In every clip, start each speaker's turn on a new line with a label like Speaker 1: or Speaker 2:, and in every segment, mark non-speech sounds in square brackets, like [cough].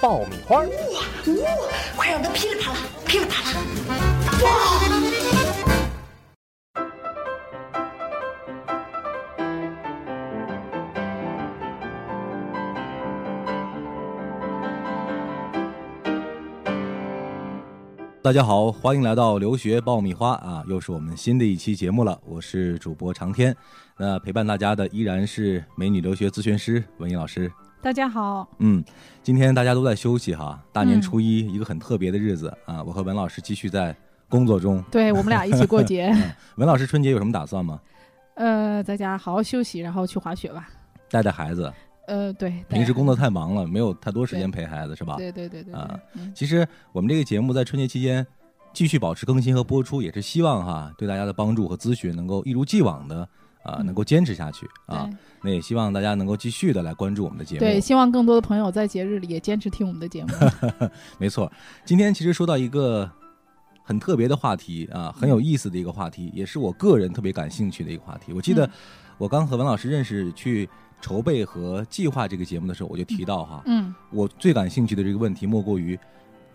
Speaker 1: 爆米花》。
Speaker 2: 呜、快让它噼里啪啦，噼里啪啦！
Speaker 3: 大家好，欢迎来到留学爆米花啊，又是我们新的一期节目了。我是主播长天，那陪伴大家的依然是美女留学咨询师文艺老师。
Speaker 4: 大家好，
Speaker 3: 嗯，今天大家都在休息哈，大年
Speaker 4: 嗯
Speaker 3: 初一、一个很特别的日子啊，我和文老师继续在工作中。
Speaker 4: 对我们俩一起过节，
Speaker 3: [laughs] 文老师春节有什么打算吗？
Speaker 4: 呃，在家好好休息，然后去滑雪吧。
Speaker 3: 带带孩子，
Speaker 4: 呃，对，
Speaker 3: 平时
Speaker 4: 对
Speaker 3: 工作太忙了，没有太多时间陪孩子，是吧？
Speaker 4: 对对对对
Speaker 3: 啊
Speaker 4: 对，嗯
Speaker 3: 其实我们这个节目在春节期间继续保持更新和播出，也是希望哈对大家的帮助和咨询能够一如既往的啊、
Speaker 4: 嗯
Speaker 3: 能够坚持下去啊。
Speaker 4: 对
Speaker 3: 那也希望大家能够继续的来关注我们的节目。
Speaker 4: 对，希望更多的朋友在节日里也坚持听我们的
Speaker 3: [laughs]
Speaker 4: 节目。
Speaker 3: 没错。今天其实说到一个很特别的话题啊，很有意思的一个话题，也是我个人特别感兴趣的一个话题。我记得
Speaker 4: 嗯
Speaker 3: 我刚和文老师认识去。筹备和计划这个节目的时候，我就提到哈，
Speaker 4: 嗯，
Speaker 3: 我最感兴趣的这个问题莫过于，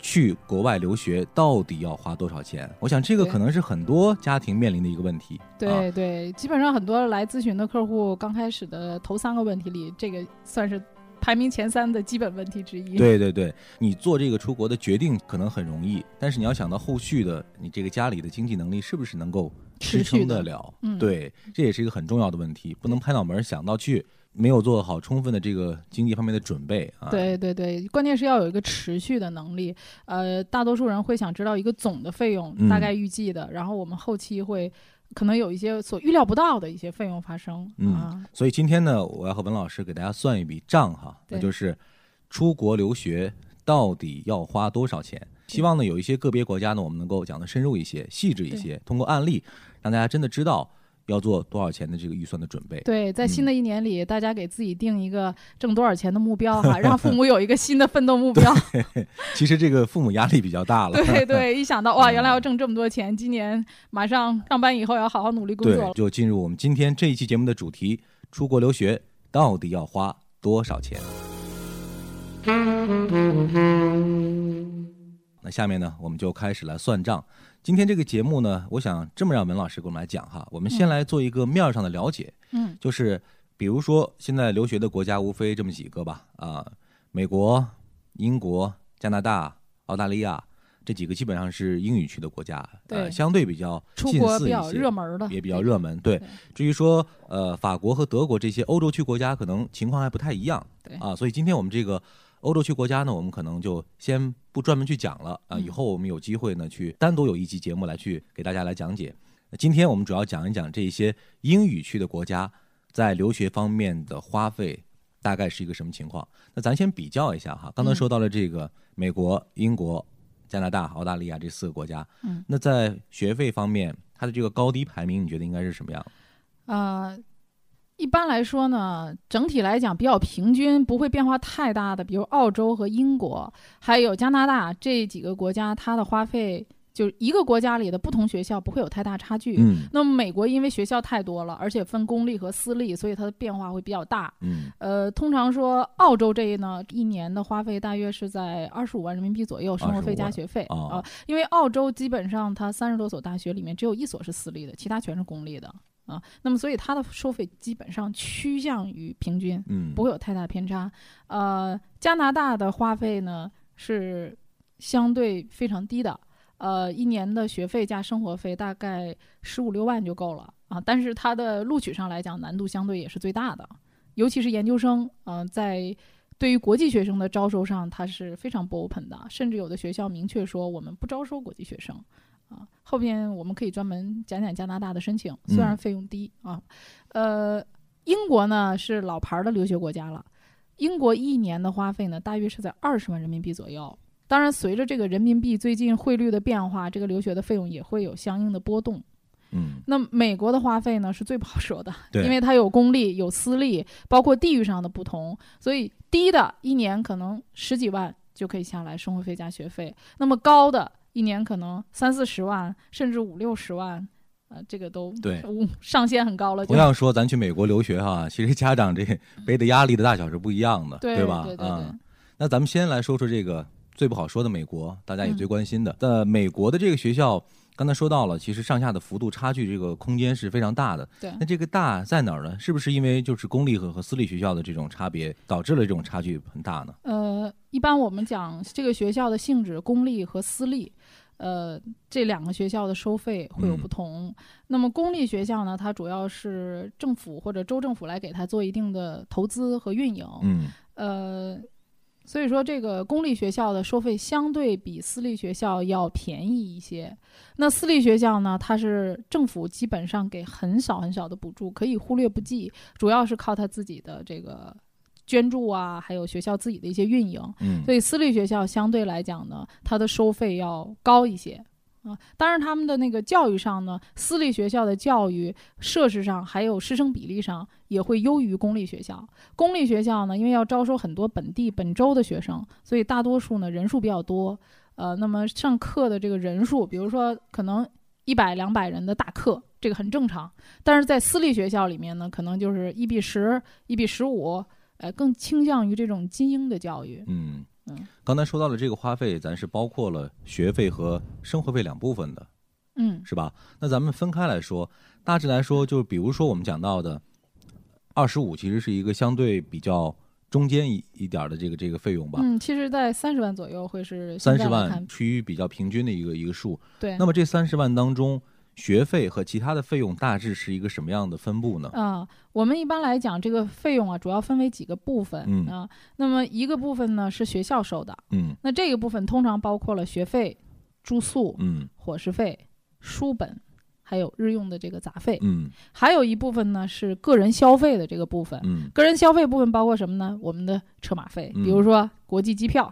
Speaker 3: 去国外留学到底要花多少钱？我想这个
Speaker 4: 对
Speaker 3: 可能是很多家庭面临的一个问题。啊
Speaker 4: 对对，基本上很多来咨询的客户，刚开始的头三个问题里，这个算是排名前三的基本问题之一。，
Speaker 3: 对对对，你做这个出国的决定可能很容易，但是你要想到后续的，你这个家里的经济能力是不是能够支
Speaker 4: 持续
Speaker 3: 撑得
Speaker 4: 的
Speaker 3: 了？
Speaker 4: 嗯
Speaker 3: 对，这也是一个很重要的问题，不能拍脑门儿想到去，没有做好充分的这个经济方面的准备啊。
Speaker 4: 对对对，关键是要有一个持续的能力。呃，大多数人会想知道一个总的费用，
Speaker 3: 嗯
Speaker 4: 大概预计的，然后我们后期会可能有一些所预料不到的一些费用发生、
Speaker 3: 嗯
Speaker 4: 啊。
Speaker 3: 所以今天呢，我要和文老师给大家算一笔账哈，那
Speaker 4: 对
Speaker 3: 就是出国留学到底要花多少钱？希望呢有一些个别国家呢，我们能够讲的深入一些、细致一些，通过案例让大家真的知道要做多少钱的这个预算的准备。
Speaker 4: 对，在
Speaker 3: 嗯
Speaker 4: 新的一年里，大家给自己定一个挣多少钱的目
Speaker 3: [laughs]
Speaker 4: 标哈，让父母有一个新的奋斗目标。
Speaker 3: 其实这个父母压力比较大了， [laughs]
Speaker 4: [laughs]
Speaker 3: 嗯
Speaker 4: 对对，一想到哇，原来要挣这么多钱，今年马上上班以后要好好努力工作
Speaker 3: 对，
Speaker 4: 了。
Speaker 3: 就进入我们今天这一期节目的主题：出国留学到底要花多少钱？那下面呢，我们就开始来算账。今天这个节目呢，我想这么让文老师给我们来讲哈，我们先
Speaker 4: 嗯
Speaker 3: 来做一个面儿上的了解，
Speaker 4: 嗯，
Speaker 3: 就是比如说现在留学的国家无非这么几个吧，啊、美国、英国、加拿大、澳大利亚这几个基本上是英语区的国家，呃，
Speaker 4: 对
Speaker 3: 相对比较
Speaker 4: 出
Speaker 3: 近
Speaker 4: 国
Speaker 3: 似
Speaker 4: 比
Speaker 3: 一
Speaker 4: 较
Speaker 3: 些
Speaker 4: 热门儿的，
Speaker 3: 也比较热门。对
Speaker 4: 对，
Speaker 3: 至于说呃法国和德国这些欧洲区国家，可能情况还不太一样。
Speaker 4: 对
Speaker 3: 啊，所以今天我们这个欧洲区国家呢，我们可能就先不专门去讲了啊，
Speaker 4: 嗯
Speaker 3: 以后我们有机会呢去单独有一期节目来去给大家来讲解。那今天我们主要讲一讲这些英语区的国家在留学方面的花费。大概是一个什么情况？那咱先比较一下哈。刚才
Speaker 4: 嗯
Speaker 3: 说到了这个美国、英国、加拿大、澳大利亚这四个国家，
Speaker 4: 嗯，
Speaker 3: 那在学费方面，它的这个高低排名，你觉得应该是什么样？
Speaker 4: 呃，一般来说呢，整体来讲比较平均，不会变化太大的，比如澳洲和英国，还有加拿大这几个国家，它的花费就是一个国家里的不同学校不会有太大差距。
Speaker 3: 嗯
Speaker 4: 那么美国因为学校太多了，而且分公立和私立，所以它的变化会比较大。
Speaker 3: 嗯
Speaker 4: 呃，通常说澳洲这一呢，一年的花费大约是在二十五万人民币左右，生活费
Speaker 3: 25
Speaker 4: 加
Speaker 3: 万
Speaker 4: 学费啊、
Speaker 3: 哦
Speaker 4: 因为澳洲基本上它三十多所大学里面只有一所是私立的，其他全是公立的啊。那么所以它的收费基本上趋向于平均，
Speaker 3: 嗯
Speaker 4: 不会有太大偏差。呃，加拿大的花费呢是相对非常低的，呃，一年的学费加生活费大概十五六万就够了啊。但是它的录取上来讲，难度相对也是最大的，尤其是研究生，嗯、在对于国际学生的招收上，它是非常不 open 的，甚至有的学校明确说我们不招收国际学生。啊，后边我们可以专门讲讲加拿大的申请，虽然
Speaker 3: 嗯
Speaker 4: 费用低、啊，呃，英国呢是老牌儿的留学国家了，英国一年的花费呢大约是在二十万人民币左右，当然，随着这个人民币最近汇率的变化，这个留学的费用也会有相应的波动。
Speaker 3: 嗯，
Speaker 4: 那美国的花费呢是最不好说的，
Speaker 3: 对
Speaker 4: 因为它有公立、有私立，包括地域上的不同，所以低的一年可能十几万就可以下来生活费加学费，那么高的一年可能三四十万，甚至五六十万，呃，这个都
Speaker 3: 对
Speaker 4: 无上限很高了，就
Speaker 3: 同样说，咱去美国留学哈、其实家长这背的压力的大小是不一样的，
Speaker 4: 对
Speaker 3: 吧？
Speaker 4: 对对
Speaker 3: 啊、
Speaker 4: 对
Speaker 3: 那咱们先来说说这个最不好说的美国，大家也
Speaker 4: 嗯
Speaker 3: 最关心的。呃，美国的这个学校，刚才说到了，其实上下的幅度差距，这个空间是非常大的。
Speaker 4: 对
Speaker 3: 那这个大在哪儿呢？是不是因为就是公立和和私立学校的这种差别，导致了这种差距很大呢？
Speaker 4: 呃，一般我们讲这个学校的性质，公立和私立，呃，这两个学校的收费会有
Speaker 3: 嗯
Speaker 4: 不同。那么公立学校呢，它主要是政府或者州政府来给它做一定的投资和运营，
Speaker 3: 嗯，
Speaker 4: 呃，所以说这个公立学校的收费相对比私立学校要便宜一些。那私立学校呢，它是政府基本上给很少很少的补助，可以忽略不计，主要是靠它自己的这个捐助啊，还有学校自己的一些运营。
Speaker 3: 嗯，
Speaker 4: 所以私立学校相对来讲呢，它的收费要高一些。啊，当然，他们的那个教育上呢，私立学校的教育设施上，还有师生比例上也会优于公立学校。公立学校呢，因为要招收很多本地本州的学生，所以大多数呢人数比较多。呃，那么上课的这个人数，比如说可能一百两百人的大课，这个很正常。但是在私立学校里面呢，可能就是一比十、一比十五，呃，更倾向于这种精英的教育。
Speaker 3: 嗯
Speaker 4: 嗯，
Speaker 3: 刚才说到的这个花费，咱是包括了学费和生活费两部分的，
Speaker 4: 嗯
Speaker 3: 是吧？那咱们分开来说，大致来说，就是比如说我们讲到的，二十五其实是一个相对比较中间一一点儿的这个这个费用吧，
Speaker 4: 嗯，其实，在三十万左右会是
Speaker 3: 三
Speaker 4: 现
Speaker 3: 十
Speaker 4: 在来
Speaker 3: 万
Speaker 4: 看
Speaker 3: 趋于比较平均的一个一个数。
Speaker 4: 对。
Speaker 3: 那么这三十万当中，学费和其他的费用大致是一个什么样的分布呢？
Speaker 4: 啊、我们一般来讲，这个费用啊，主要分为几个部分啊、
Speaker 3: 嗯
Speaker 4: 那么一个部分呢是学校收的，
Speaker 3: 嗯
Speaker 4: 那这个部分通常包括了学费、住宿、
Speaker 3: 嗯
Speaker 4: 伙食费、书本，还有日用的这个杂费。
Speaker 3: 嗯
Speaker 4: 还有一部分呢是个人消费的这个部分。
Speaker 3: 嗯
Speaker 4: 个人消费部分包括什么呢？我们的车马费，
Speaker 3: 嗯
Speaker 4: 比如说国际机票、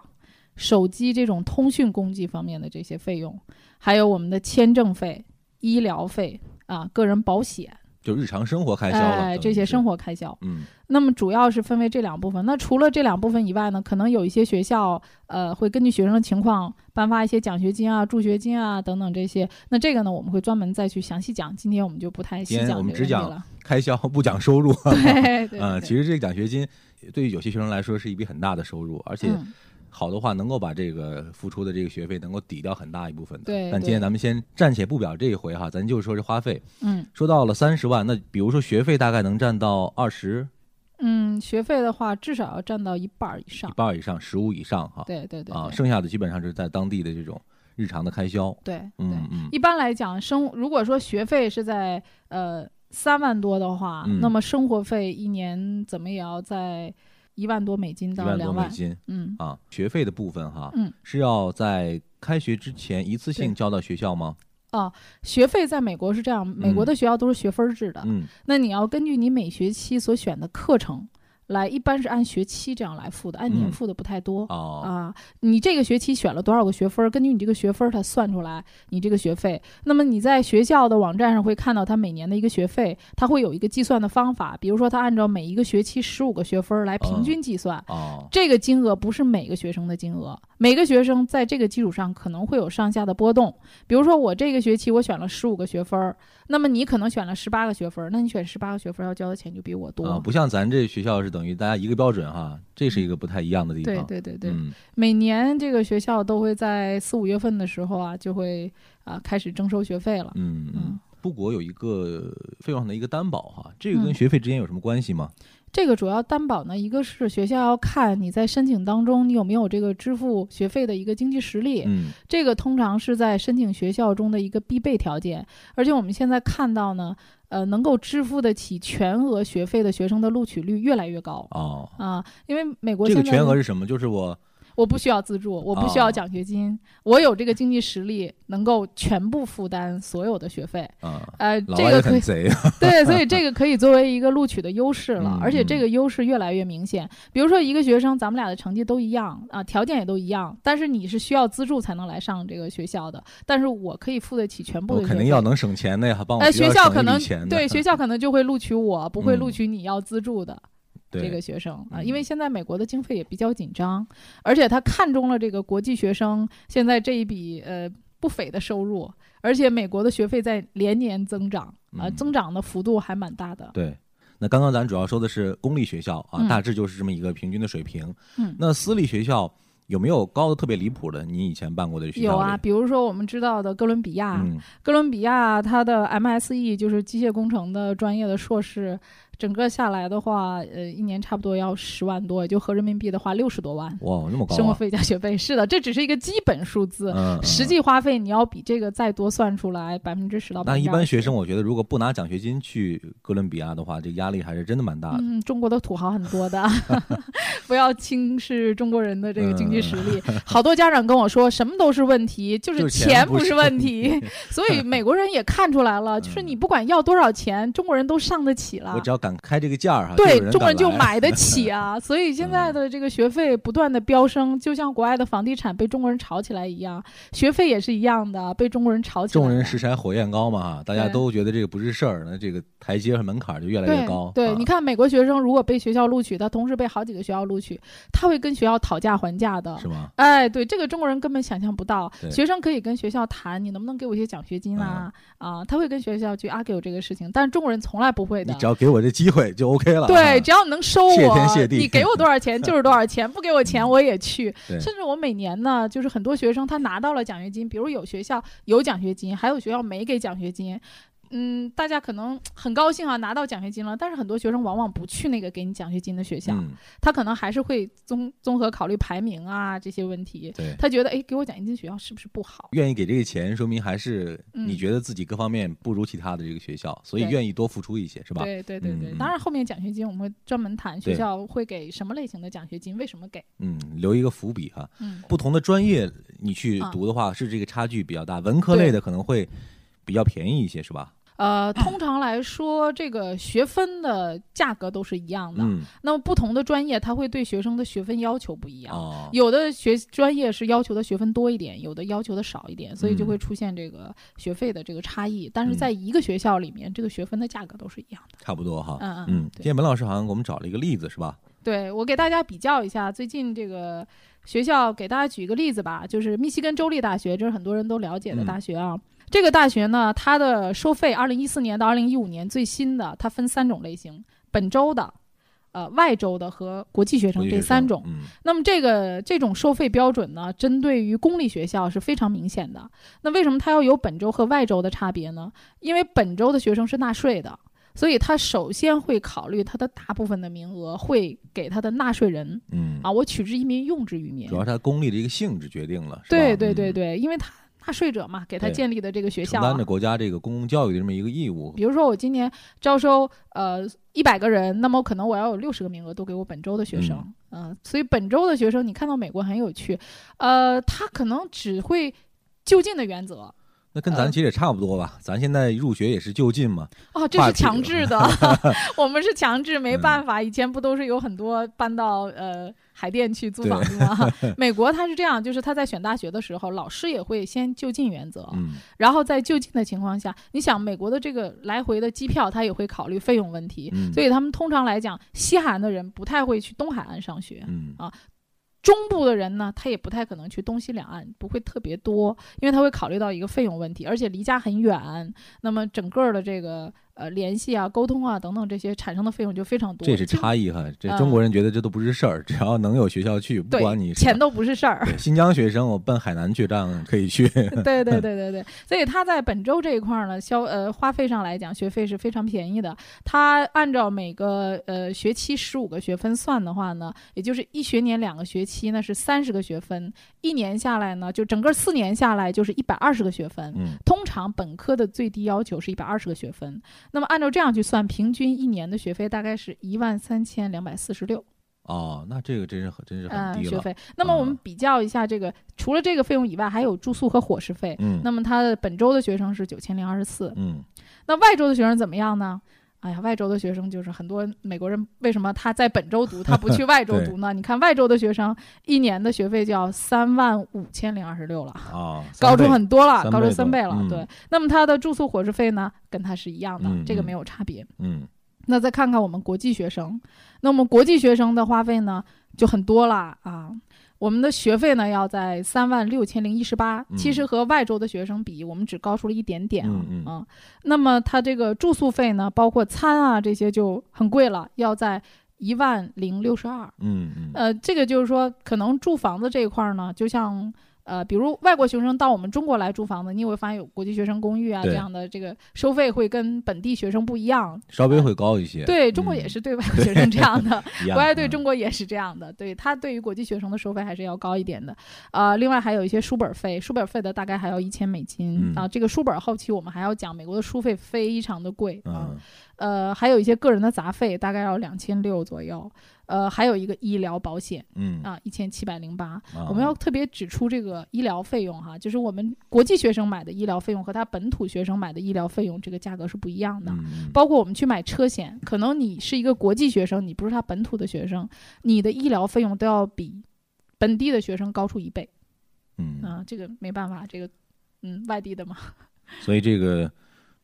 Speaker 4: 手机这种通讯工具方面的这些费用，还有我们的签证费、医疗费啊、个人保险，
Speaker 3: 就日常生活开销了，
Speaker 4: 哎，这些生
Speaker 3: 活，
Speaker 4: 活开销。
Speaker 3: 嗯
Speaker 4: 那么主要是分为这两部分。那除了这两部分以外呢，可能有一些学校呃会根据学生的情况颁发一些奖学金啊、助学金啊等等这些。那这个呢，我们会专门再去详细讲。今天我们就不太细
Speaker 3: 今天
Speaker 4: 讲
Speaker 3: 我们
Speaker 4: 这个
Speaker 3: 只
Speaker 4: 问题
Speaker 3: 讲
Speaker 4: 了。
Speaker 3: 开销不讲收入，
Speaker 4: [laughs] 对 [laughs] 对对
Speaker 3: 啊，其实这个奖学金对于有些学生来说是一笔很大的收入，而且
Speaker 4: 嗯
Speaker 3: 好的话，能够把这个付出的这个学费能够抵掉很大一部分的。
Speaker 4: 对
Speaker 3: 但今天咱们先暂且不表这一回哈，咱就说这花费。
Speaker 4: 嗯
Speaker 3: 说到了三十万，那比如说学费大概能占到二十
Speaker 4: 嗯，学费的话至少要占到一半儿以上
Speaker 3: 一。半以上，十五以上哈。
Speaker 4: 对对对
Speaker 3: 啊，
Speaker 4: 对
Speaker 3: 剩下的基本上就是在当地的这种日常的开销。
Speaker 4: 对对
Speaker 3: 嗯。嗯
Speaker 4: 一般来讲，生如果说学费是在呃三万多的话，
Speaker 3: 嗯
Speaker 4: 那么生活费一年怎么也要在一万多美金
Speaker 3: 一
Speaker 4: 到
Speaker 3: 万多
Speaker 4: 两
Speaker 3: 美
Speaker 4: 万。
Speaker 3: 金
Speaker 4: 嗯，
Speaker 3: 啊，学费的部分哈，
Speaker 4: 嗯
Speaker 3: 是要在开学之前一次性交到学校吗？
Speaker 4: 学费在美国是这样，美国的学校都是学分制的，
Speaker 3: 嗯，
Speaker 4: 那你要根据你每学期所选的课程来，一般是按学期这样来付的，按年
Speaker 3: 嗯
Speaker 4: 付的不太多。
Speaker 3: 哦，
Speaker 4: 啊，你这个学期选了多少个学分儿？根据你这个学分，儿，它算出来你这个学费。那么你在学校的网站上会看到它每年的一个学费，它会有一个计算的方法，比如说它按照每一个学期十五个学分儿来平均计算。
Speaker 3: 哦，
Speaker 4: 这个金额不是每个学生的金额，每个学生在这个基础上可能会有上下的波动。比如说，我这个学期我选了十五个学分儿，那么你可能选了十八个学分儿，那你选十八个学分儿要交的钱就比我多。嗯
Speaker 3: 啊，不像咱这学校是等于大家一个标准哈，这是一个不太一样的地
Speaker 4: 对
Speaker 3: 方。
Speaker 4: 对对对，
Speaker 3: 嗯
Speaker 4: 每年这个学校都会在四五月份的时候啊，就会啊、开始征收学费了。
Speaker 3: 嗯嗯
Speaker 4: 嗯。
Speaker 3: 出国有一个费用上的一个担保哈，这个跟
Speaker 4: 嗯
Speaker 3: 学费之间有什么关系吗？
Speaker 4: 这个主要担保呢，一个是学校要看你在申请当中你有没有这个支付学费的一个经济实力，
Speaker 3: 嗯
Speaker 4: 这个通常是在申请学校中的一个必备条件。而且我们现在看到呢，呃，能够支付得起全额学费的学生的录取率越来越高
Speaker 3: 哦，
Speaker 4: 啊、因为美国
Speaker 3: 这
Speaker 4: 现
Speaker 3: 个
Speaker 4: 在
Speaker 3: 全额
Speaker 4: 呢
Speaker 3: 是什么？就是我
Speaker 4: 我不需要资助，我不需要
Speaker 3: 哦
Speaker 4: 奖学金，我有这个经济实力能够全部负担所有的学费。
Speaker 3: 啊，
Speaker 4: 呃，
Speaker 3: 老
Speaker 4: 这
Speaker 3: 外
Speaker 4: 个
Speaker 3: 也
Speaker 4: 可
Speaker 3: 很
Speaker 4: 以 [laughs]
Speaker 3: 贼 [laughs]
Speaker 4: 对，所以这个可以作为一个录取的优势了
Speaker 3: 嗯，
Speaker 4: 而且这
Speaker 3: 嗯
Speaker 4: 个优势越来越明显。比如说一个学生，咱们俩的成绩都一样啊，条件也都一样，但是你是需要资助才能来上这个学校的，但是我可以付得起全部
Speaker 3: 我
Speaker 4: 的学
Speaker 3: 肯定
Speaker 4: 费
Speaker 3: 要能省钱的呀，还帮我
Speaker 4: 呃，
Speaker 3: 学
Speaker 4: 学校
Speaker 3: 省
Speaker 4: 可
Speaker 3: 一笔
Speaker 4: 能
Speaker 3: 钱的
Speaker 4: 对
Speaker 3: [laughs]
Speaker 4: 学校可能就会录取我，不会录
Speaker 3: 嗯
Speaker 4: 取你要资助的
Speaker 3: 对
Speaker 4: 这个学生啊，
Speaker 3: 嗯
Speaker 4: 因为现在美国的经费也比较紧张，而且他看中了这个国际学生现在这一笔呃不菲的收入，而且美国的学费在连年增长啊，
Speaker 3: 嗯
Speaker 4: 增长的幅度还蛮大的。
Speaker 3: 对，那刚刚咱主要说的是公立学校啊，
Speaker 4: 嗯
Speaker 3: 大致就是这么一个平均的水平。
Speaker 4: 嗯
Speaker 3: 那私立学校有没有高的特别离谱的？你以前办过的学校
Speaker 4: 有啊，
Speaker 3: 里，
Speaker 4: 比如说我们知道的哥伦比亚，
Speaker 3: 嗯，
Speaker 4: 哥伦比亚它的 MSE 就是机械工程的专业的硕士，整个下来的话，呃，一年差不多要十万多，也就合人民币的话六十多万。
Speaker 3: 哇，那么高、啊，
Speaker 4: 生活费加学费，是的，这只是一个基本数字，
Speaker 3: 嗯，嗯
Speaker 4: 实。际花费你要比这个再多算出来百分之十到百
Speaker 3: 那
Speaker 4: 分
Speaker 3: 一
Speaker 4: 之
Speaker 3: 般学生，我觉得如果不拿奖学金去哥伦比亚的话，这压力还是真的蛮大的。
Speaker 4: 嗯，中国的土豪很多
Speaker 3: [laughs]
Speaker 4: 的，不要轻视中国人的这个经济实力。
Speaker 3: [laughs]
Speaker 4: 好多家长跟我说，什么都是问题，就
Speaker 3: 嗯就是是钱
Speaker 4: 钱
Speaker 3: 不
Speaker 4: 不
Speaker 3: 是 [laughs] 嗯
Speaker 4: 是问题。 [laughs] 所以美国人也看出来了，就是你不管要多少钱，中国人都上得起了
Speaker 3: 我。只要敢开这个价儿哈，
Speaker 4: 嗯对
Speaker 3: 有，人
Speaker 4: 中国
Speaker 3: 敢
Speaker 4: 人就
Speaker 3: 来。
Speaker 4: 买得起
Speaker 3: [laughs]
Speaker 4: 啊，所以现在的这个学费不断的飙升，
Speaker 3: 嗯
Speaker 4: 就像国外的房地产被中国人炒起来一样，学费也是一样的，被中国人炒起来了。
Speaker 3: 众人拾柴火焰高嘛哈，大家
Speaker 4: 对
Speaker 3: 都觉得这个不是事儿，那这个台阶和门槛儿就越来
Speaker 4: 对
Speaker 3: 越高。
Speaker 4: 对，
Speaker 3: 啊
Speaker 4: 你看美国学生如果被学校录取，他同时被好几个学校录取，他会跟学校讨价还价的
Speaker 3: 是。吗？
Speaker 4: 哎，对，这个中国人根本想象不到
Speaker 3: 对，
Speaker 4: 学生可以跟学校谈，你能不能给我一些奖学金啊？
Speaker 3: 嗯
Speaker 4: 啊，他会跟学校去 argue 这个事情，但是中国人从来不会
Speaker 3: 你
Speaker 4: 的。
Speaker 3: 只要给我这机会就 [laughs] OK 了啊。
Speaker 4: 对，只要你能收我，
Speaker 3: 谢天谢地
Speaker 4: 你给我多
Speaker 3: [laughs]
Speaker 4: 少钱就是多少钱，不给我钱我也去。
Speaker 3: 对
Speaker 4: 甚至我每年呢，就是很多学生他拿到了奖学金，比如有学校有奖学金，还有学校没给奖学金。嗯，大家可能很高兴啊，拿到奖学金了，但是很多学生往往不去那个给你奖学金的学校，
Speaker 3: 嗯，
Speaker 4: 他可能还是会综综合考虑排名啊这些问题，
Speaker 3: 对，
Speaker 4: 他觉得哎，给我奖学金学校是不是不好？
Speaker 3: 愿意给这个钱，说明还是
Speaker 4: 嗯
Speaker 3: 你觉得自己各方面不如其他的这个学校，所以
Speaker 4: 对
Speaker 3: 愿意多付出一些，是吧？
Speaker 4: 对对对对，
Speaker 3: 嗯嗯
Speaker 4: 当然后面奖学金我们会专门谈学
Speaker 3: 对
Speaker 4: 校会给什么类型的奖学金，为什么给？
Speaker 3: 嗯，留一个伏笔哈。
Speaker 4: 嗯，
Speaker 3: 不同的专业你去
Speaker 4: 啊
Speaker 3: 读的话，是这个差距比较大，文科类的可能会比较便宜一些，是吧？
Speaker 4: 呃，通常来说，这个学分的价格都是一样的。
Speaker 3: 嗯，
Speaker 4: 那么不同的专业，它会对学生的学分要求不一样。
Speaker 3: 哦，
Speaker 4: 有的学专业是要求的学分多一点，有的要求的少一点，所以
Speaker 3: 嗯
Speaker 4: 就会出现这个学费的这个差异。但是
Speaker 3: 嗯
Speaker 4: 在一个学校里面，这个学分的价格都是一样的。
Speaker 3: 差不多哈。
Speaker 4: 嗯嗯
Speaker 3: 嗯，今
Speaker 4: 对
Speaker 3: 天文老师好像给我们找了一个例子，是吧？
Speaker 4: 对我给大家比较一下，最近这个学校给大家举一个例子吧，就是密西根州立大学，这是很多人都了解
Speaker 3: 嗯
Speaker 4: 的大学啊。这个大学呢，它的收费，二零一四年到二零一五年最新的，它分三种类型：本州的、呃外州的和国际学
Speaker 3: 国
Speaker 4: 生
Speaker 3: 际
Speaker 4: 这
Speaker 3: 学生
Speaker 4: 三种。
Speaker 3: 嗯，
Speaker 4: 那么这个这种收费标准呢，针对于公立学校是非常明显的。那为什么它要有本州和外州的差别呢？因为本州的学生是纳税的，所以他首先会考虑他的大部分的名额会给他的纳税人
Speaker 3: 嗯，
Speaker 4: 啊，我取之于民，用之于民
Speaker 3: 主。要是它公立的一个性质决定了，是吧
Speaker 4: 对对对
Speaker 3: 嗯
Speaker 4: 对，因为他纳税者嘛，给他
Speaker 3: 对
Speaker 4: 建立的这个学
Speaker 3: 承
Speaker 4: 校、
Speaker 3: 担
Speaker 4: 啊
Speaker 3: 着，国家这个公共教育的这么一个义务。
Speaker 4: 比如说我今年招收呃一百个人，那么可能我要有六十个名额都给我本州的学生，嗯、所以本州的学生你看到美国很有趣，呃，他可能只会就近的原则。
Speaker 3: 那跟咱
Speaker 4: 呃
Speaker 3: 其实也差不多吧，咱现在入学也是就近嘛，
Speaker 4: 哦，这
Speaker 3: 跨
Speaker 4: 是
Speaker 3: 区
Speaker 4: 强制的， [laughs] 我们是强制，没办
Speaker 3: 嗯
Speaker 4: 法。以前不都是有很多搬到呃海淀去租
Speaker 3: 对
Speaker 4: 房子吗？ [laughs] 美国他是这样，就是他在选大学的时候，老师也会先就近原则，
Speaker 3: 嗯，
Speaker 4: 然后在就近的情况下，你想美国的这个来回的机票，他也会考虑费用问题，
Speaker 3: 嗯
Speaker 4: 所以他们通常来讲，西海岸的人不太会去东海岸上学，
Speaker 3: 嗯
Speaker 4: 中部的人呢，他也不太可能去东西两岸，不会特别多，因为他会考虑到一个费用问题，而且离家很远，那么整个的这个呃联系啊、沟通啊等等这些产生的费用就非常多。
Speaker 3: 这是
Speaker 4: 其实
Speaker 3: 差异哈。这中国人觉得这都不是事儿，只要能有学校去，不
Speaker 4: 嗯对
Speaker 3: 管你是
Speaker 4: 钱都不是事儿。
Speaker 3: 对新疆学生，我奔海南去，这样可以
Speaker 4: [laughs]
Speaker 3: 去。 [laughs]
Speaker 4: 对对对对对，所以他在本周这一块儿呢，消呃花费上来讲，学费是非常便宜的。他按照每个呃学期十五个学分算的话呢，也就是一学年两个学期呢是三十个学分，一年下来呢，就整个四年下来就是一百二十个学分。
Speaker 3: 嗯，
Speaker 4: 通常本科的最低要求是一百二十个学分，那么按照这样去算，平均一年的学费大概是一万三千两百四十六。
Speaker 3: 哦，那这个真是很真是很
Speaker 4: 嗯
Speaker 3: 低
Speaker 4: 学
Speaker 3: 了。
Speaker 4: 费。那么我们
Speaker 3: 啊
Speaker 4: 比较一下这个，除了这个费用以外，还有住宿和伙食费。
Speaker 3: 嗯
Speaker 4: 那么他的本州的学生是九千零二十四，
Speaker 3: 嗯
Speaker 4: 那外州的学生怎么样呢？哎呀，外州的学生就是很多美国人，为什么他在本州读，他不去外州
Speaker 3: 对
Speaker 4: 读呢？你看外州的学生一年的学费就要三万五千零二十六了，
Speaker 3: 啊，
Speaker 4: 高出
Speaker 3: 三倍
Speaker 4: 很多了，
Speaker 3: 三倍
Speaker 4: 高出
Speaker 3: 多
Speaker 4: 三倍了。
Speaker 3: 嗯
Speaker 4: 对，那么他的住宿伙食费呢，跟他是一样的，
Speaker 3: 嗯
Speaker 4: 这个
Speaker 3: 嗯
Speaker 4: 没有差别。
Speaker 3: 嗯
Speaker 4: 那再看看我们国际学生，那我们国际学生的花费呢就很多了啊。我们的学费呢要在三万六千零一十八，
Speaker 3: 嗯
Speaker 4: 其实和外州的学生比，我们只高出了一点点啊。
Speaker 3: 嗯嗯
Speaker 4: 啊那么它这个住宿费呢，包括餐啊这些就很贵了，要在一万零六十二。
Speaker 3: 嗯嗯
Speaker 4: 呃，这个就是说，可能住房子这一块儿呢，就像呃，比如外国学生到我们中国来住房子，你也会发现有国际学生公寓啊
Speaker 3: 对
Speaker 4: 这样的，这个收费会跟本地学生不一样。
Speaker 3: 稍微会高一些。
Speaker 4: 对中国
Speaker 3: 嗯
Speaker 4: 也是对外国学生这
Speaker 3: [laughs]
Speaker 4: 样的，
Speaker 3: 一
Speaker 4: 国
Speaker 3: 样
Speaker 4: 外对
Speaker 3: 嗯
Speaker 4: 中国也是这样的，对他对于国际学生的收费还是要高一点的。呃，另外还有一些书本费，书本费的大概还要一千美金
Speaker 3: 嗯
Speaker 4: 啊。这个书本后期我们还要讲，美国的书费非常的贵啊
Speaker 3: 嗯。
Speaker 4: 呃，还有一些个人的杂费，大概要两千六左右。呃，还有一个医疗保险
Speaker 3: 嗯
Speaker 4: 啊，一千七百零八。
Speaker 3: 啊
Speaker 4: 我们要特别指出这个医疗费用哈，就是我们国际学生买的医疗费用和他本土学生买的医疗费用，这个价格是不一样的。
Speaker 3: 嗯
Speaker 4: 包括我们去买车险，可能你是一个国际学生，你不是他本土的学生，你的医疗费用都要比本地的学生高出一倍
Speaker 3: 嗯
Speaker 4: 啊、
Speaker 3: 嗯，
Speaker 4: 这个没办法，这个嗯，外地的嘛，
Speaker 3: 所以这个。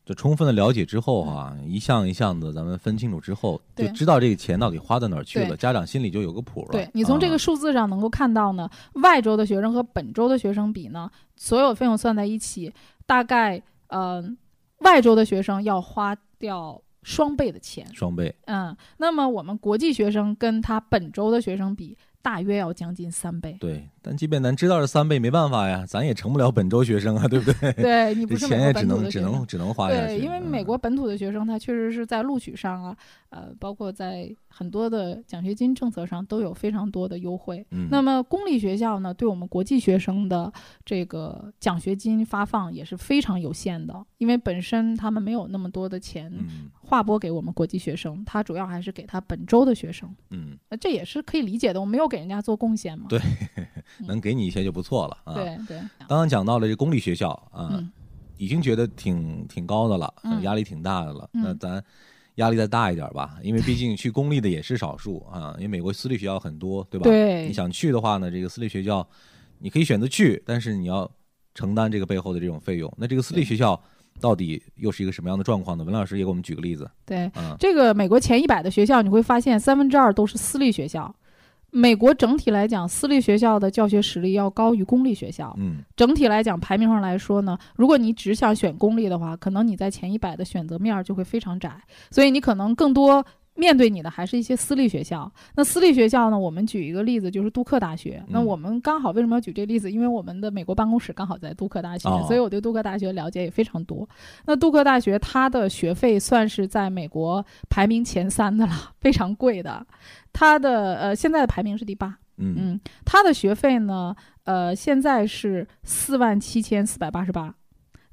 Speaker 3: 就充分的了解之后啊，一项一项的咱们分清楚之后，就
Speaker 4: 对
Speaker 3: 知道这个钱到底花到哪儿去
Speaker 4: 对
Speaker 3: 了，家长心里就有个谱了。
Speaker 4: 对你从这个
Speaker 3: 啊
Speaker 4: 数字上能够看到呢，外州的学生和本州的学生比呢，所有费用算在一起，大概嗯、外州的学生要花掉双倍的钱，
Speaker 3: 双倍，。
Speaker 4: 嗯，那么我们国际学生跟他本州的学生比，大约要将近三倍
Speaker 3: [laughs] 对，但即便咱知道是三倍，没办法呀，咱也成不了本州学生
Speaker 4: [laughs]
Speaker 3: 啊，对不对？
Speaker 4: 对你不
Speaker 3: 这
Speaker 4: 是
Speaker 3: 钱
Speaker 4: 美国
Speaker 3: 也只
Speaker 4: 本土
Speaker 3: 能
Speaker 4: 的
Speaker 3: 只
Speaker 4: 学生。
Speaker 3: 能只能花下去。
Speaker 4: 对，因为
Speaker 3: 嗯
Speaker 4: 美国本土的学生，他确实是在录取上啊，呃，包括在很多的奖学金政策上都有非常多的优惠。
Speaker 3: 嗯
Speaker 4: 那么公立学校呢，对我们国际学生的这个奖学金发放也是非常有限的，因为本身他们没有那么多的钱
Speaker 3: 嗯
Speaker 4: 划拨给我们国际学生，他主要还是给他本州的学生，
Speaker 3: 嗯，
Speaker 4: 那这也是可以理解的，我没有给人家做贡献嘛。
Speaker 3: 对能给你一些就不错了啊。，
Speaker 4: 对对，
Speaker 3: 刚刚讲到了这公立学校啊，
Speaker 4: 嗯
Speaker 3: 已经觉得挺挺高的了，
Speaker 4: 嗯
Speaker 3: 压力挺大的了。
Speaker 4: 嗯
Speaker 3: 那咱压力再大一点吧，因为毕竟去公立的也是少
Speaker 4: [laughs]
Speaker 3: 数啊，因为美国私立学校很多，对吧？
Speaker 4: 对
Speaker 3: 你想去的话呢，这个私立学校你可以选择去，但是你要承担这个背后的这种费用。那这个私立学校到底又是一个什么样的状况呢？文老师也给我们举个例子。
Speaker 4: 对，
Speaker 3: 嗯
Speaker 4: [laughs] 这个美国前一百的学校，你会发现三分之二都是私立学校。美国整体来讲，私立学校的教学实力要高于公立学校。
Speaker 3: 嗯
Speaker 4: 整体来讲，排名上来说呢，如果你只想选公立的话，可能你在前一百的选择面儿就会非常窄，所以你可能更多面对你的还是一些私立学校。那私立学校呢，我们举一个例子，就是杜克大学。那
Speaker 3: 嗯
Speaker 4: 我们刚好为什么要举这例子？因为我们的美国办公室刚好在杜克大学，
Speaker 3: 哦
Speaker 4: 所以我对杜克大学了解也非常多。那杜克大学它的学费算是在美国排名前三的了，非常贵的。它的呃现在的排名是第八，
Speaker 3: 嗯
Speaker 4: 嗯，他的学费呢，呃，现在是四万七千四百八十八。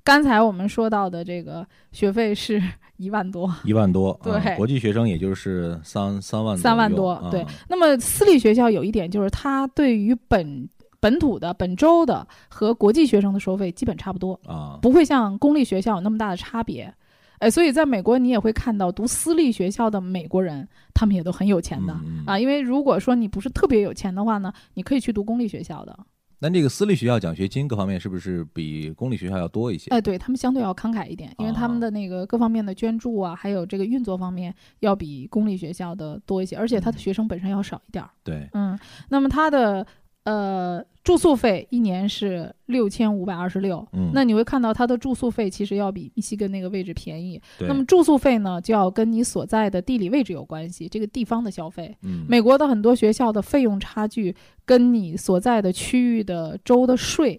Speaker 4: 刚才我们说到的这个学费是一万多，
Speaker 3: 一万多，
Speaker 4: 对
Speaker 3: 啊国际学生也就是三三万
Speaker 4: 三万
Speaker 3: 左右
Speaker 4: 多对
Speaker 3: 啊
Speaker 4: 那么私立学校有一点就是，它对于本本土的、本州的和国际学生的收费基本差不多，
Speaker 3: 啊，
Speaker 4: 不会像公立学校有那么大的差别。哎，所以在美国你也会看到读私立学校的美国人，他们也都很有钱的、
Speaker 3: 嗯嗯
Speaker 4: 啊。因为如果说你不是特别有钱的话呢，你可以去读公立学校的。
Speaker 3: 那这个私立学校奖学金各方面是不是比公立学校要多一些？
Speaker 4: 哎，对他们相对要慷慨一点，因为他们
Speaker 3: 哦
Speaker 4: 的那个各方面的捐助啊，还有这个运作方面要比公立学校的多一些，而且他的
Speaker 3: 嗯
Speaker 4: 学生本身要少一点儿。
Speaker 3: 对，
Speaker 4: 嗯，那么他的呃住宿费一年是六千五百二十六。
Speaker 3: 嗯，
Speaker 4: 那你会看到他的住宿费其实要比密西根那个位置便宜。
Speaker 3: 对
Speaker 4: 那么住宿费呢，就要跟你所在的地理位置有关系，这个地方的消费。
Speaker 3: 嗯
Speaker 4: 美国的很多学校的费用差距跟你所在的区域的州的税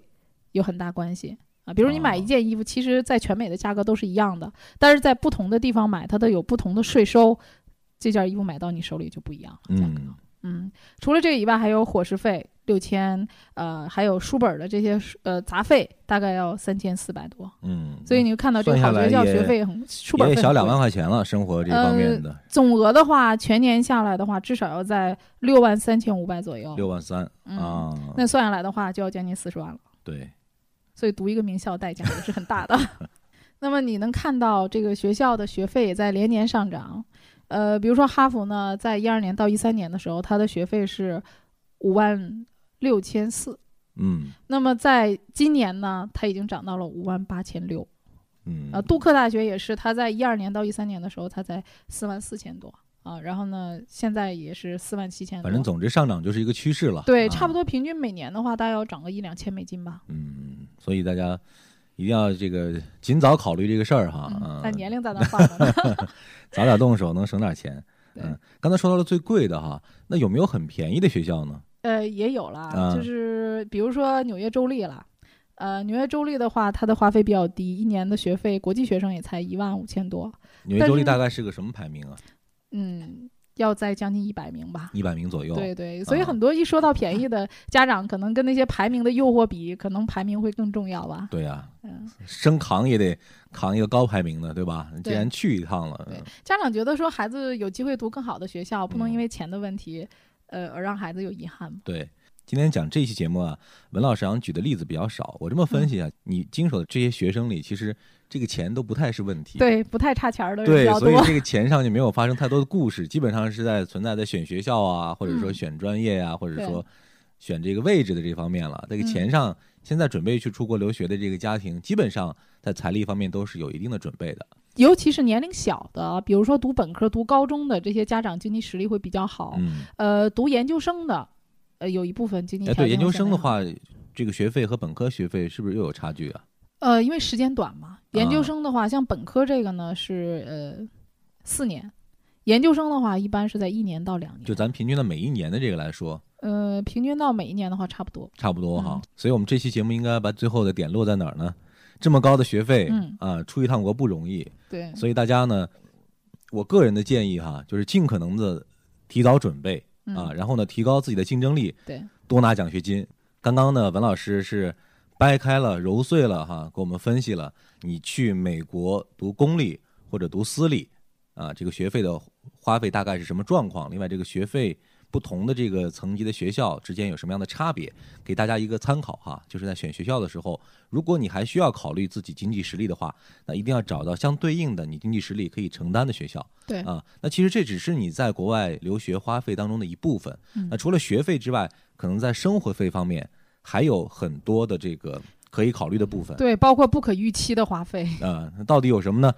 Speaker 4: 有很大关系啊。比如你买一
Speaker 3: 哦
Speaker 4: 件衣服，其实在全美的价格都是一样的，但是在不同的地方买，它都有不同的税收，这件衣服买到你手里就不一样了。价格
Speaker 3: 嗯
Speaker 4: 嗯，除了这个以外，还有伙食费。六千，呃，还有书本儿的这些呃杂费大概要三千四百多，
Speaker 3: 嗯，
Speaker 4: 所以你就看到这个
Speaker 3: 算
Speaker 4: 好
Speaker 3: 下来
Speaker 4: 学校
Speaker 3: 也
Speaker 4: 学费很书本
Speaker 3: 也
Speaker 4: 费
Speaker 3: 小
Speaker 4: 很
Speaker 3: 两
Speaker 4: 贵呃
Speaker 3: 万块钱了，生活这方面的
Speaker 4: 总额的话，全年下来的话，至少要在六万三千五百左右。
Speaker 3: 六万三
Speaker 4: 嗯
Speaker 3: 啊，
Speaker 4: 那算下来的话，就要将近四十万了。
Speaker 3: 对，
Speaker 4: 所以读一个名校代价也是很
Speaker 3: [laughs]
Speaker 4: 大的。那么你能看到这个学校的学费也在连年上涨。呃，比如说哈佛呢，在一二年到一三年的时候，它的学费是五万六千四，
Speaker 3: 嗯
Speaker 4: 那么在今年呢，它已经涨到了五万八千六。
Speaker 3: 嗯
Speaker 4: 呃，杜克大学也是，它在一二年到一三年的时候，它才四万四千多啊，然后呢，现在也是四万七千多，
Speaker 3: 反正总之上涨就是一个趋势了，
Speaker 4: 对，
Speaker 3: 啊
Speaker 4: 差不，多平均每年的话，大概要涨个一两千美金吧。
Speaker 3: 嗯，所以大家一定要这个尽早考虑这个事儿哈，
Speaker 4: 嗯
Speaker 3: 嗯，
Speaker 4: 但年龄在那放
Speaker 3: [laughs]
Speaker 4: 着呢。
Speaker 3: 早点动手能省点钱。
Speaker 4: 对
Speaker 3: 嗯，刚才说到了最贵的哈，那有没有很便宜的学校呢？
Speaker 4: 呃，也有啦，
Speaker 3: 啊
Speaker 4: 就是比如说纽约州立啦，呃，纽约州立的话，它的花费比较低，一年的学费，国际学生也才一万五千多，
Speaker 3: 纽约
Speaker 4: 但
Speaker 3: 州立
Speaker 4: 是
Speaker 3: 大概是个什么排名啊？
Speaker 4: 嗯，要在将近一百名吧。
Speaker 3: 一百名左右。
Speaker 4: 对对，所以
Speaker 3: 啊
Speaker 4: 很多一说到便宜
Speaker 3: [laughs]
Speaker 4: 的家长，可能跟那些排名的诱惑比，可能排名会更重要吧。
Speaker 3: 对呀、
Speaker 4: 嗯，
Speaker 3: 生扛也得扛一个高排名的，对吧？既然去一趟了，
Speaker 4: 对家长觉得说孩子有机会读更好的学校，不能
Speaker 3: 嗯
Speaker 4: 因为钱的问题，呃，而让孩子有遗憾嘛。
Speaker 3: 对今天讲这期节目啊，文老师想举的例子比较少。我这么分析
Speaker 4: 嗯
Speaker 3: 啊，你经手的这些学生里，其实这个钱都不太是问题。
Speaker 4: 对，不太差钱儿的人比
Speaker 3: 对，
Speaker 4: 较
Speaker 3: 所以
Speaker 4: 多。
Speaker 3: 这个钱上就没有发生太多的故事，基本上是在存在在选学校啊，或者说
Speaker 4: 嗯
Speaker 3: 选专业啊，或者
Speaker 4: 对嗯
Speaker 3: 说选这个位置的这方面了。这个钱上，现在准备去出国留学的这个家庭，基本上在财力方面都是有一定的准备的。
Speaker 4: 尤其是年龄小的，比如说读本科、读高中的这些家长，经济实力会比较好。
Speaker 3: 嗯，
Speaker 4: 呃，读研究生的，呃，有一部分经济
Speaker 3: 哎，
Speaker 4: 条件、
Speaker 3: 对，研究生的，话，这个学费和本科学费是不是又有差距啊？
Speaker 4: 呃，因为时间短嘛，研
Speaker 3: 啊
Speaker 4: 究生的话，像本科这个呢是呃四年，研究生的话一般是在一年到两年，
Speaker 3: 就咱平均的每一年的这个来说，
Speaker 4: 呃平均到每一年的话差不多。
Speaker 3: 差不多哈。
Speaker 4: 嗯
Speaker 3: 所以我们这期节目应该把最后的点落在哪儿呢？这么高的学费，
Speaker 4: 嗯
Speaker 3: 啊，出一趟国不容易，
Speaker 4: 对，
Speaker 3: 所以大家呢，我个人的建议哈，就是尽可能的提早准备
Speaker 4: 嗯、
Speaker 3: 啊，然后呢，提高自己的竞争力，
Speaker 4: 对，
Speaker 3: 多拿奖学金。刚刚呢，文老师是掰开了、揉碎了哈，给我们分析了你去美国读公立或者读私立啊，这个学费的花费大概是什么状况？另外，这个学费不同的这个层级的学校之间有什么样的差别？给大家一个参考哈，就是在选学校的时候，如果你还需要考虑自己经济实力的话，那一定要找到相对应的你经济实力可以承担的学校。
Speaker 4: 对
Speaker 3: 啊，那其实这只是你在国外留学花费当中的一部分。
Speaker 4: 嗯
Speaker 3: 那除了学费之外，可能在生活费方面还有很多的这个可以考虑的部分。
Speaker 4: 对，包括不可预期的花费。
Speaker 3: 啊，那到底有什么呢？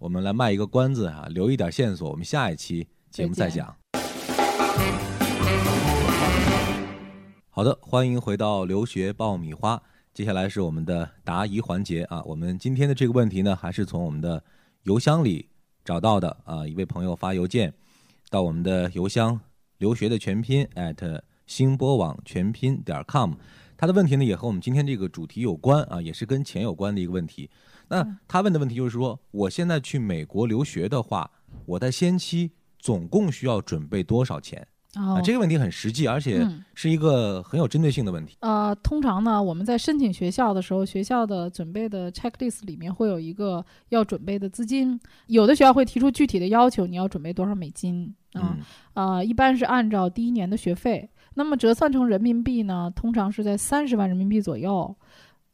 Speaker 3: 我们来卖一个关子啊，留一点线索，我们下一期节目再
Speaker 4: 再见
Speaker 3: 讲。好的，欢迎回到留学爆米花。接下来是我们的答疑环节啊，我们今天的这个问题呢，还是从我们的邮箱里找到的啊，一位朋友发邮件到我们的邮箱留学的全拼 at 星播网全拼点儿 com，他的问题呢也和我们今天这个主题有关啊，也是跟钱有关的一个问题。那
Speaker 4: 嗯
Speaker 3: 他问的问题就是说，我现在去美国留学的话，我在先期总共需要准备多少钱
Speaker 4: 哦，
Speaker 3: 啊？这个问题很实际，而且
Speaker 4: 嗯
Speaker 3: 是一个很有针对性的问题。
Speaker 4: 呃，通常呢，我们在申请学校的时候，学校的准备的 checklist 里面会有一个要准备的资金，有的学校会提出具体的要求，你要准备多少美金啊？
Speaker 3: 嗯
Speaker 4: 呃，一般是按照第一年的学费，那么折算成人民币呢，通常是在三十万人民币左右。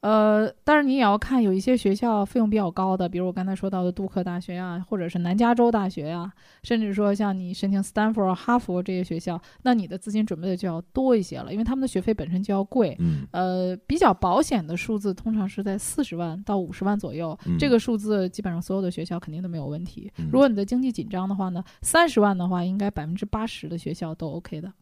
Speaker 4: 呃，但是你也要看，有一些学校费用比较高的，比如我刚才说到的杜克大学呀、或者是南加州大学呀、啊甚至说像你申请斯坦福、啊哈佛这些学校，那你的资金准备的就要多一些了，因为他们的学费本身就要贵。
Speaker 3: 嗯
Speaker 4: 呃，比较保险的数字通常是在四十万到五十万左右，
Speaker 3: 嗯
Speaker 4: 这个数字基本上所有的学校肯定都没有问题。
Speaker 3: 嗯
Speaker 4: 如果你的经济紧张的话呢，三十万的话，应该百分之八十的学校都 OK 的。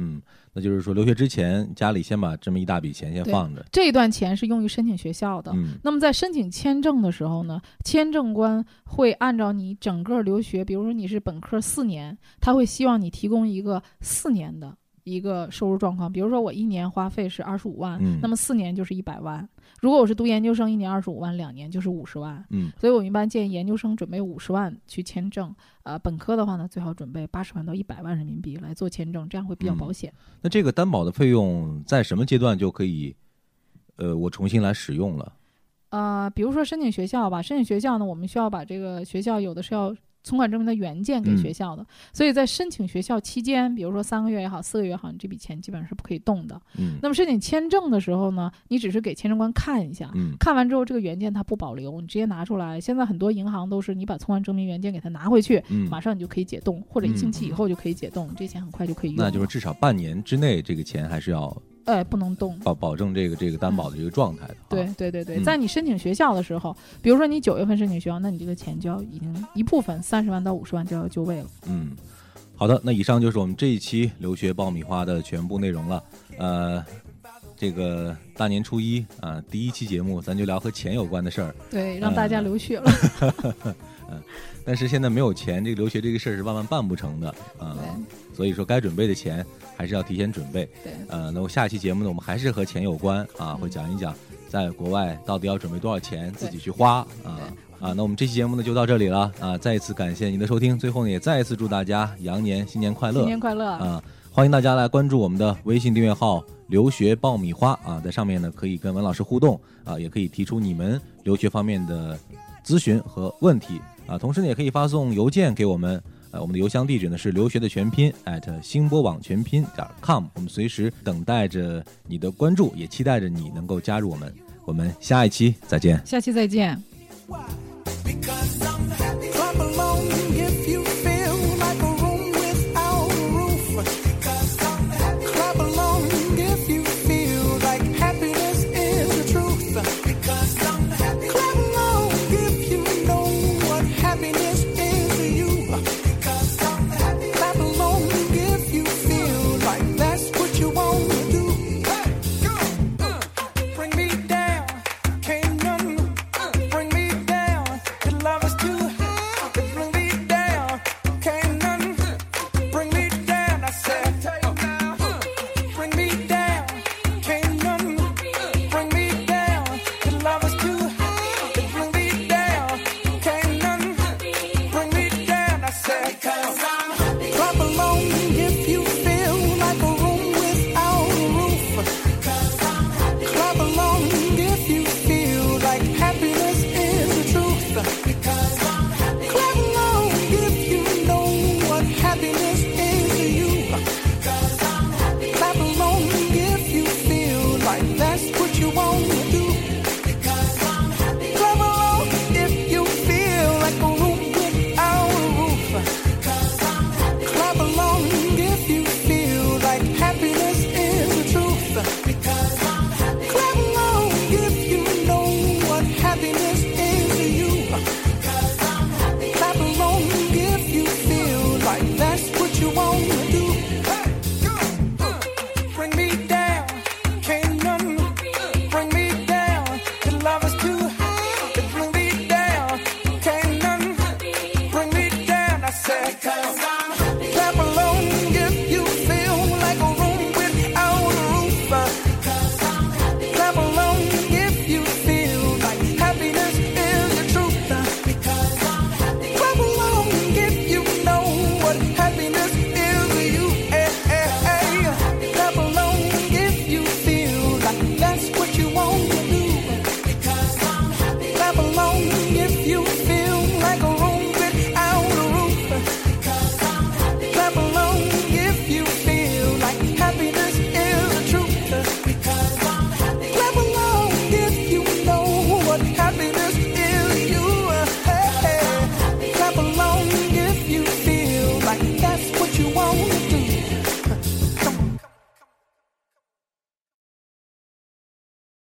Speaker 3: 嗯，那就是说留学之前家里先把这么一大笔钱先
Speaker 4: 对
Speaker 3: 放着。
Speaker 4: 这一段钱是用于申请学校的。
Speaker 3: 嗯
Speaker 4: 那么在申请签证的时候呢，签证官会按照你整个留学，比如说你是本科四年，他会希望你提供一个四年的。一个收入状况。比如说我一年花费是二十五万，
Speaker 3: 嗯
Speaker 4: 那么四年就是一百万。如果我是读研究生，一年二十五万，两年就是五十万。
Speaker 3: 嗯
Speaker 4: 所以我一般建议研究生准备五十万去签证，呃，本科的话呢，最好准备八十万到一百万人民币来做签证，这样会比较
Speaker 3: 嗯
Speaker 4: 保险。
Speaker 3: 那这个担保的费用在什么阶段就可以，呃，我重新来使用了？
Speaker 4: 呃，比如说申请学校吧，申请学校呢，我们需要把这个学校有的是要存款证明的原件给
Speaker 3: 嗯
Speaker 4: 学校的，所以在申请学校期间，比如说三个月也好，四个月也好，你这笔钱基本上是不可以动的。
Speaker 3: 嗯
Speaker 4: 那么申请签证的时候呢，你只是给签证官看一下。
Speaker 3: 嗯
Speaker 4: 看完之后，这个原件它不保留，你直接拿出来。现在很多银行都是你把存款证明原件给它拿回去，
Speaker 3: 嗯，
Speaker 4: 马上你就可以解冻，或者一
Speaker 3: 嗯
Speaker 4: 星期以后就可以解冻，这钱很快就可以用了。
Speaker 3: 那就是至少半年之内，这个钱还是要
Speaker 4: 哎，不能动。
Speaker 3: 保保证这个这个担保的这个状态的。
Speaker 4: 对，对对对，
Speaker 3: 嗯
Speaker 4: 在你申请学校的时候，比如说你九月份申请学校，那你这个钱就要已经一部分三十万到五十万就要就位了。
Speaker 3: 嗯，好的，那以上就是我们这一期留学爆米花的全部内容了。呃，这个大年初一啊、第一期节目咱就聊和钱有关的事儿，
Speaker 4: 对，
Speaker 3: 让
Speaker 4: 让
Speaker 3: 大
Speaker 4: 大
Speaker 3: 家
Speaker 4: 家
Speaker 3: 嗯
Speaker 4: 流血了。
Speaker 3: 但是现在没有钱，这个留学这个事儿是万万办不成的啊、所以说该准备的钱还是要提前准备。
Speaker 4: 嗯对对，
Speaker 3: 呃，那我下期节目呢，我们还是和钱有关啊，会讲一讲在国外到底要准备多少钱自己去花啊。啊，那我们这期节目呢就到这里了啊！再一次感谢您的收听，最后呢也再一次祝大家羊年新年快乐，
Speaker 4: 新年快乐！啊！
Speaker 3: 啊，欢迎大家来关注我们的微信订阅号“留学爆米花”啊，在上面呢可以跟文老师互动啊，也可以提出你们留学方面的咨询和问题啊，同时呢也可以发送邮件给我们。呃，我们的邮箱地址呢是留学的全拼 at 星播网全拼点 com，我们随时等待着你的关注，也期待着你能够加入我们。我们下一期再见。
Speaker 4: 下期再见。
Speaker 5: Because I'm happy. Clap along if you feel like a room without a roof. Because I'm happy. Clap along if you feel like happiness is the truth. Because I'm happy. Clap along if you know what happiness is to you. Because I'm happy. Clap along if you feel like that's what you want to do. Hey, go, uh, bring me down, can't none Uh, bring me down. The love is too high. Bring me down. Can't none bring me down. I said, bring me down. Can't none bring me down. The love is too high. Bring me down. Can't none bring me down. I said, because I'm happy. Clap along if you feel like a room without a roof. Clap along if you feel like happiness is the truth. Because I'm happy. Clap along if you know what happiness is to you. Because I'm happy. Clap along if you feel like that's uh, eh,